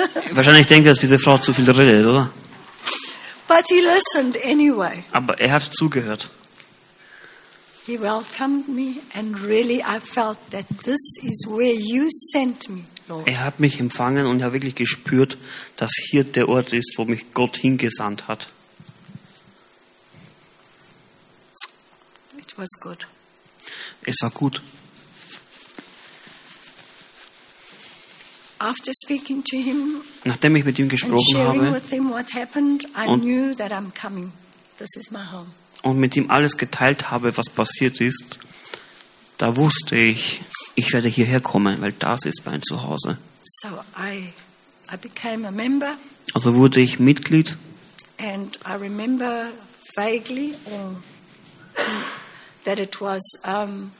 Wahrscheinlich denke ich, dass diese Frau zu viel redet, oder? But he listened anyway. Aber er hat zugehört. He welcomed me, and really I felt that this is where you sent me, Lord. Er hat mich empfangen und ich habe wirklich gespürt, dass hier der Ort ist, wo mich Gott hingesandt hat. It was good. Es war gut. After speaking to him Nachdem ich mit ihm and gesprochen sharing habe with him what happened, I Und- knew that I'm coming. This is my home. und mit ihm alles geteilt habe, was passiert ist, da wusste ich, ich werde hierher kommen, weil das ist mein Zuhause. So I, I became a member, Also wurde ich Mitglied and I remember vaguely or, that it was, um,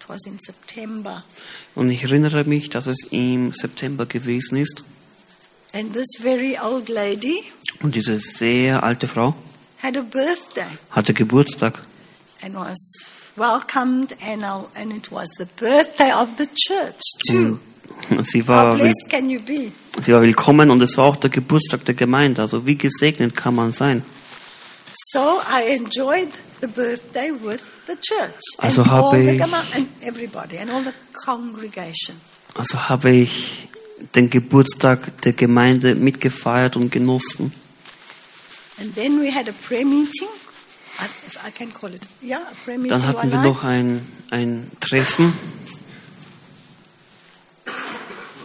it was in September. Und ich erinnere mich, dass es im September gewesen ist. And this very old lady Und diese sehr alte Frau had a birthday hatte Geburtstag. and was welcomed, and, I, and it was the birthday of the church, too. Mm. Sie How war, will- blessed can you be? sie war willkommen und es war auch der Geburtstag der Gemeinde. Also wie gesegnet kann man sein? So I enjoyed the birthday with the church and, Also habe all the ich- gama- and everybody and all the congregation. Also habe ich den Geburtstag der Gemeinde mitgefeiert und genossen. And then we had a prayer meeting. I, if I can call it, yeah, a prayer meeting Dann hatten one wir night. noch ein, ein Treffen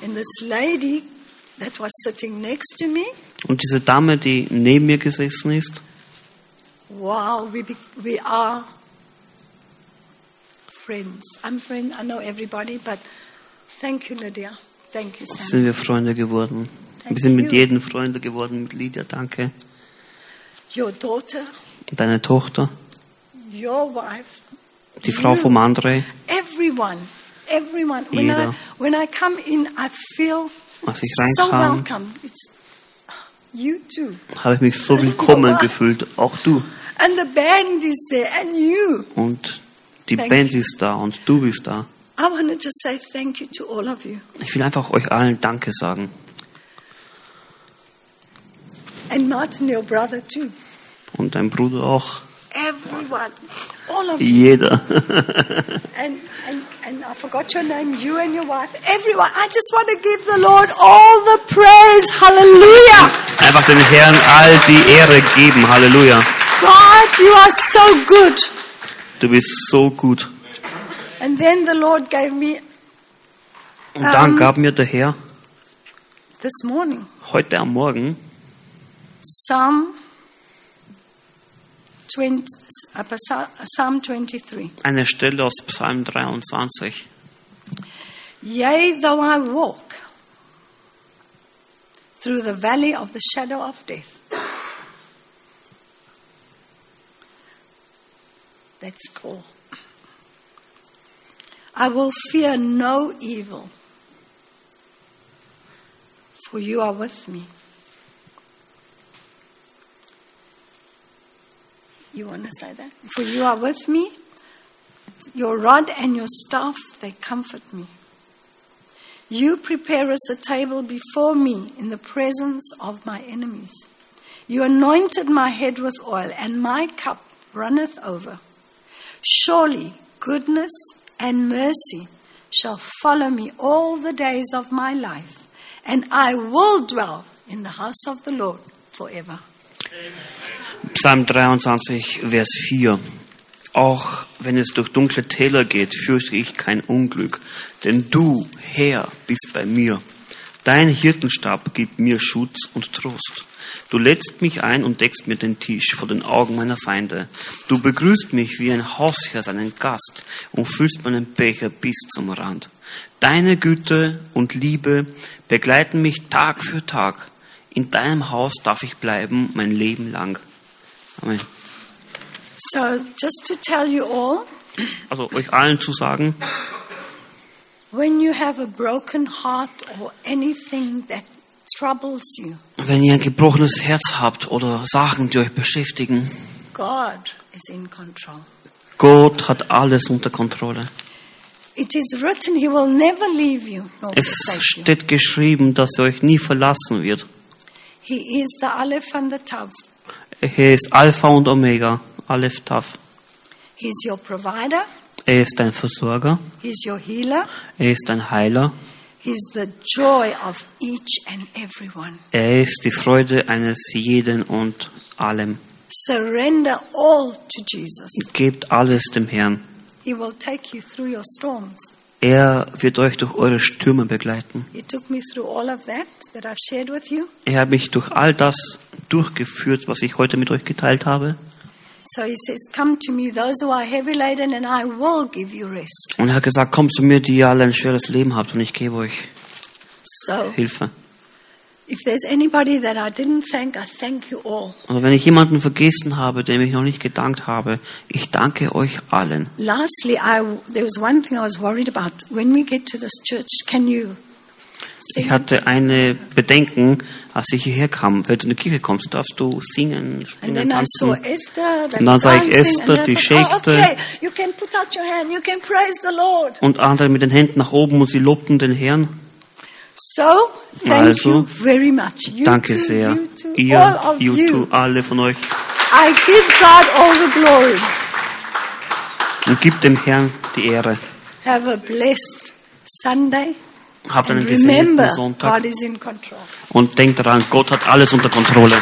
And this lady that was sitting next to me, und diese Dame, die neben mir gesessen ist, wow, we be, we are friends. I'm friend. I know everybody, but thank you, Lydia. Thank you, Sam. sind wir Freunde geworden. Wir Thank sind mit you. jedem Freunde geworden, mit Lydia, danke. Your daughter, Deine Tochter. your wife, Die Frau you. vom André, Everyone, everyone. When I, Jeder. when I come in, I feel als ich so reinkam, welcome. It's you too. habe ich mich so willkommen Wow. gefühlt, auch du. And the band is there, and you. Und die Thank Band you. ist da und du bist da. I want to just say thank you to all of you. Ich will einfach euch allen Danke sagen. And Martin, your brother too. Und dein Bruder auch. Everyone. all of you. Jeder. And, and, and I forgot your name, you and your wife, everyone. I just want to give the Lord all the praise. Hallelujah. Einfach dem Herrn all die Ehre geben. Halleluja. God, you are so good. Du bist so gut. And then the Lord gave me Und dann gab mir der Herr this morning heute am Morgen Psalm 20, uh, Psa- Psalm 23. eine Stelle aus Psalm 23. Yea, though I walk through the valley of the shadow of death. That's cool. I will fear no evil, for you are with me. You want to say that? For you are with me, your rod and your staff, they comfort me. You prepare us a table before me in the presence of my enemies. You anointed my head with oil, and my cup runneth over. Surely goodness and mercy shall follow me all the days of my life, and I will dwell in the house of the Lord forever. Psalm 23, Vers 4. Auch wenn es durch dunkle Täler geht, fürchte ich kein Unglück, denn du, Herr, bist bei mir. Dein Hirtenstab gibt mir Schutz und Trost. Du lädst mich ein und deckst mir den Tisch vor den Augen meiner Feinde. Du begrüßt mich wie ein Hausherr seinen Gast und füllst meinen Becher bis zum Rand. Deine Güte und Liebe begleiten mich Tag für Tag. In deinem Haus darf ich bleiben mein Leben lang. Amen. So, just to tell you all, Also euch allen zu sagen, when you have a broken heart or anything that troubles you, wenn ihr ein gebrochenes Herz habt oder Sachen, die euch beschäftigen, God is in control. Gott hat alles unter Kontrolle. It is written, He will never leave you nor Es forsake you. steht geschrieben, dass er euch nie verlassen wird. He is the Aleph and the Tav. Er ist Alpha und Omega, Aleph Tav. He is your provider. Er ist dein Versorger, He is your healer. er ist dein Heiler, He is the joy of each and everyone. er ist die Freude eines jeden und allem. Surrender all to Jesus. Gebt alles dem Herrn. He will take you through your storms. Er wird euch durch eure Stürme begleiten. He took me through all of that that I've shared with you. Er hat mich durch all das durchgeführt, was ich heute mit euch geteilt habe. So he says, Come to me, those who are heavy laden, and I will give you rest. Und er hat gesagt, kommt zu mir, die ihr alle ein schweres Leben habt, und ich gebe euch So Hilfe. if there's anybody that I didn't thank, I thank you all. Und Also wenn ich jemanden vergessen habe, dem ich noch nicht gedankt habe, ich danke euch allen. Lastly, I, there was one thing I was worried about. When we get to this church, can you Ich sing? hatte eine Bedenken, als ich hierher kam. Wenn du in die Kirche kommst, darfst du singen, And springen, then I saw tanzen. Esther, that Und dann sah ich dancing, and Esther, then die I thought, schäkte. Oh, okay, you can put out your hand, you can praise the Lord. Und andere mit den Händen nach oben und sie lobten den Herrn. So, thank Also, you very much. You Danke too, sehr. You too, all Ihr, of YouTube, you. alle von euch. I give God all the glory. Und gebt dem Herrn die Ehre. Have a blessed Sunday. Habt einen And gesegneten remember, Sonntag. God is in control. Und denkt daran, Gott hat alles unter Kontrolle.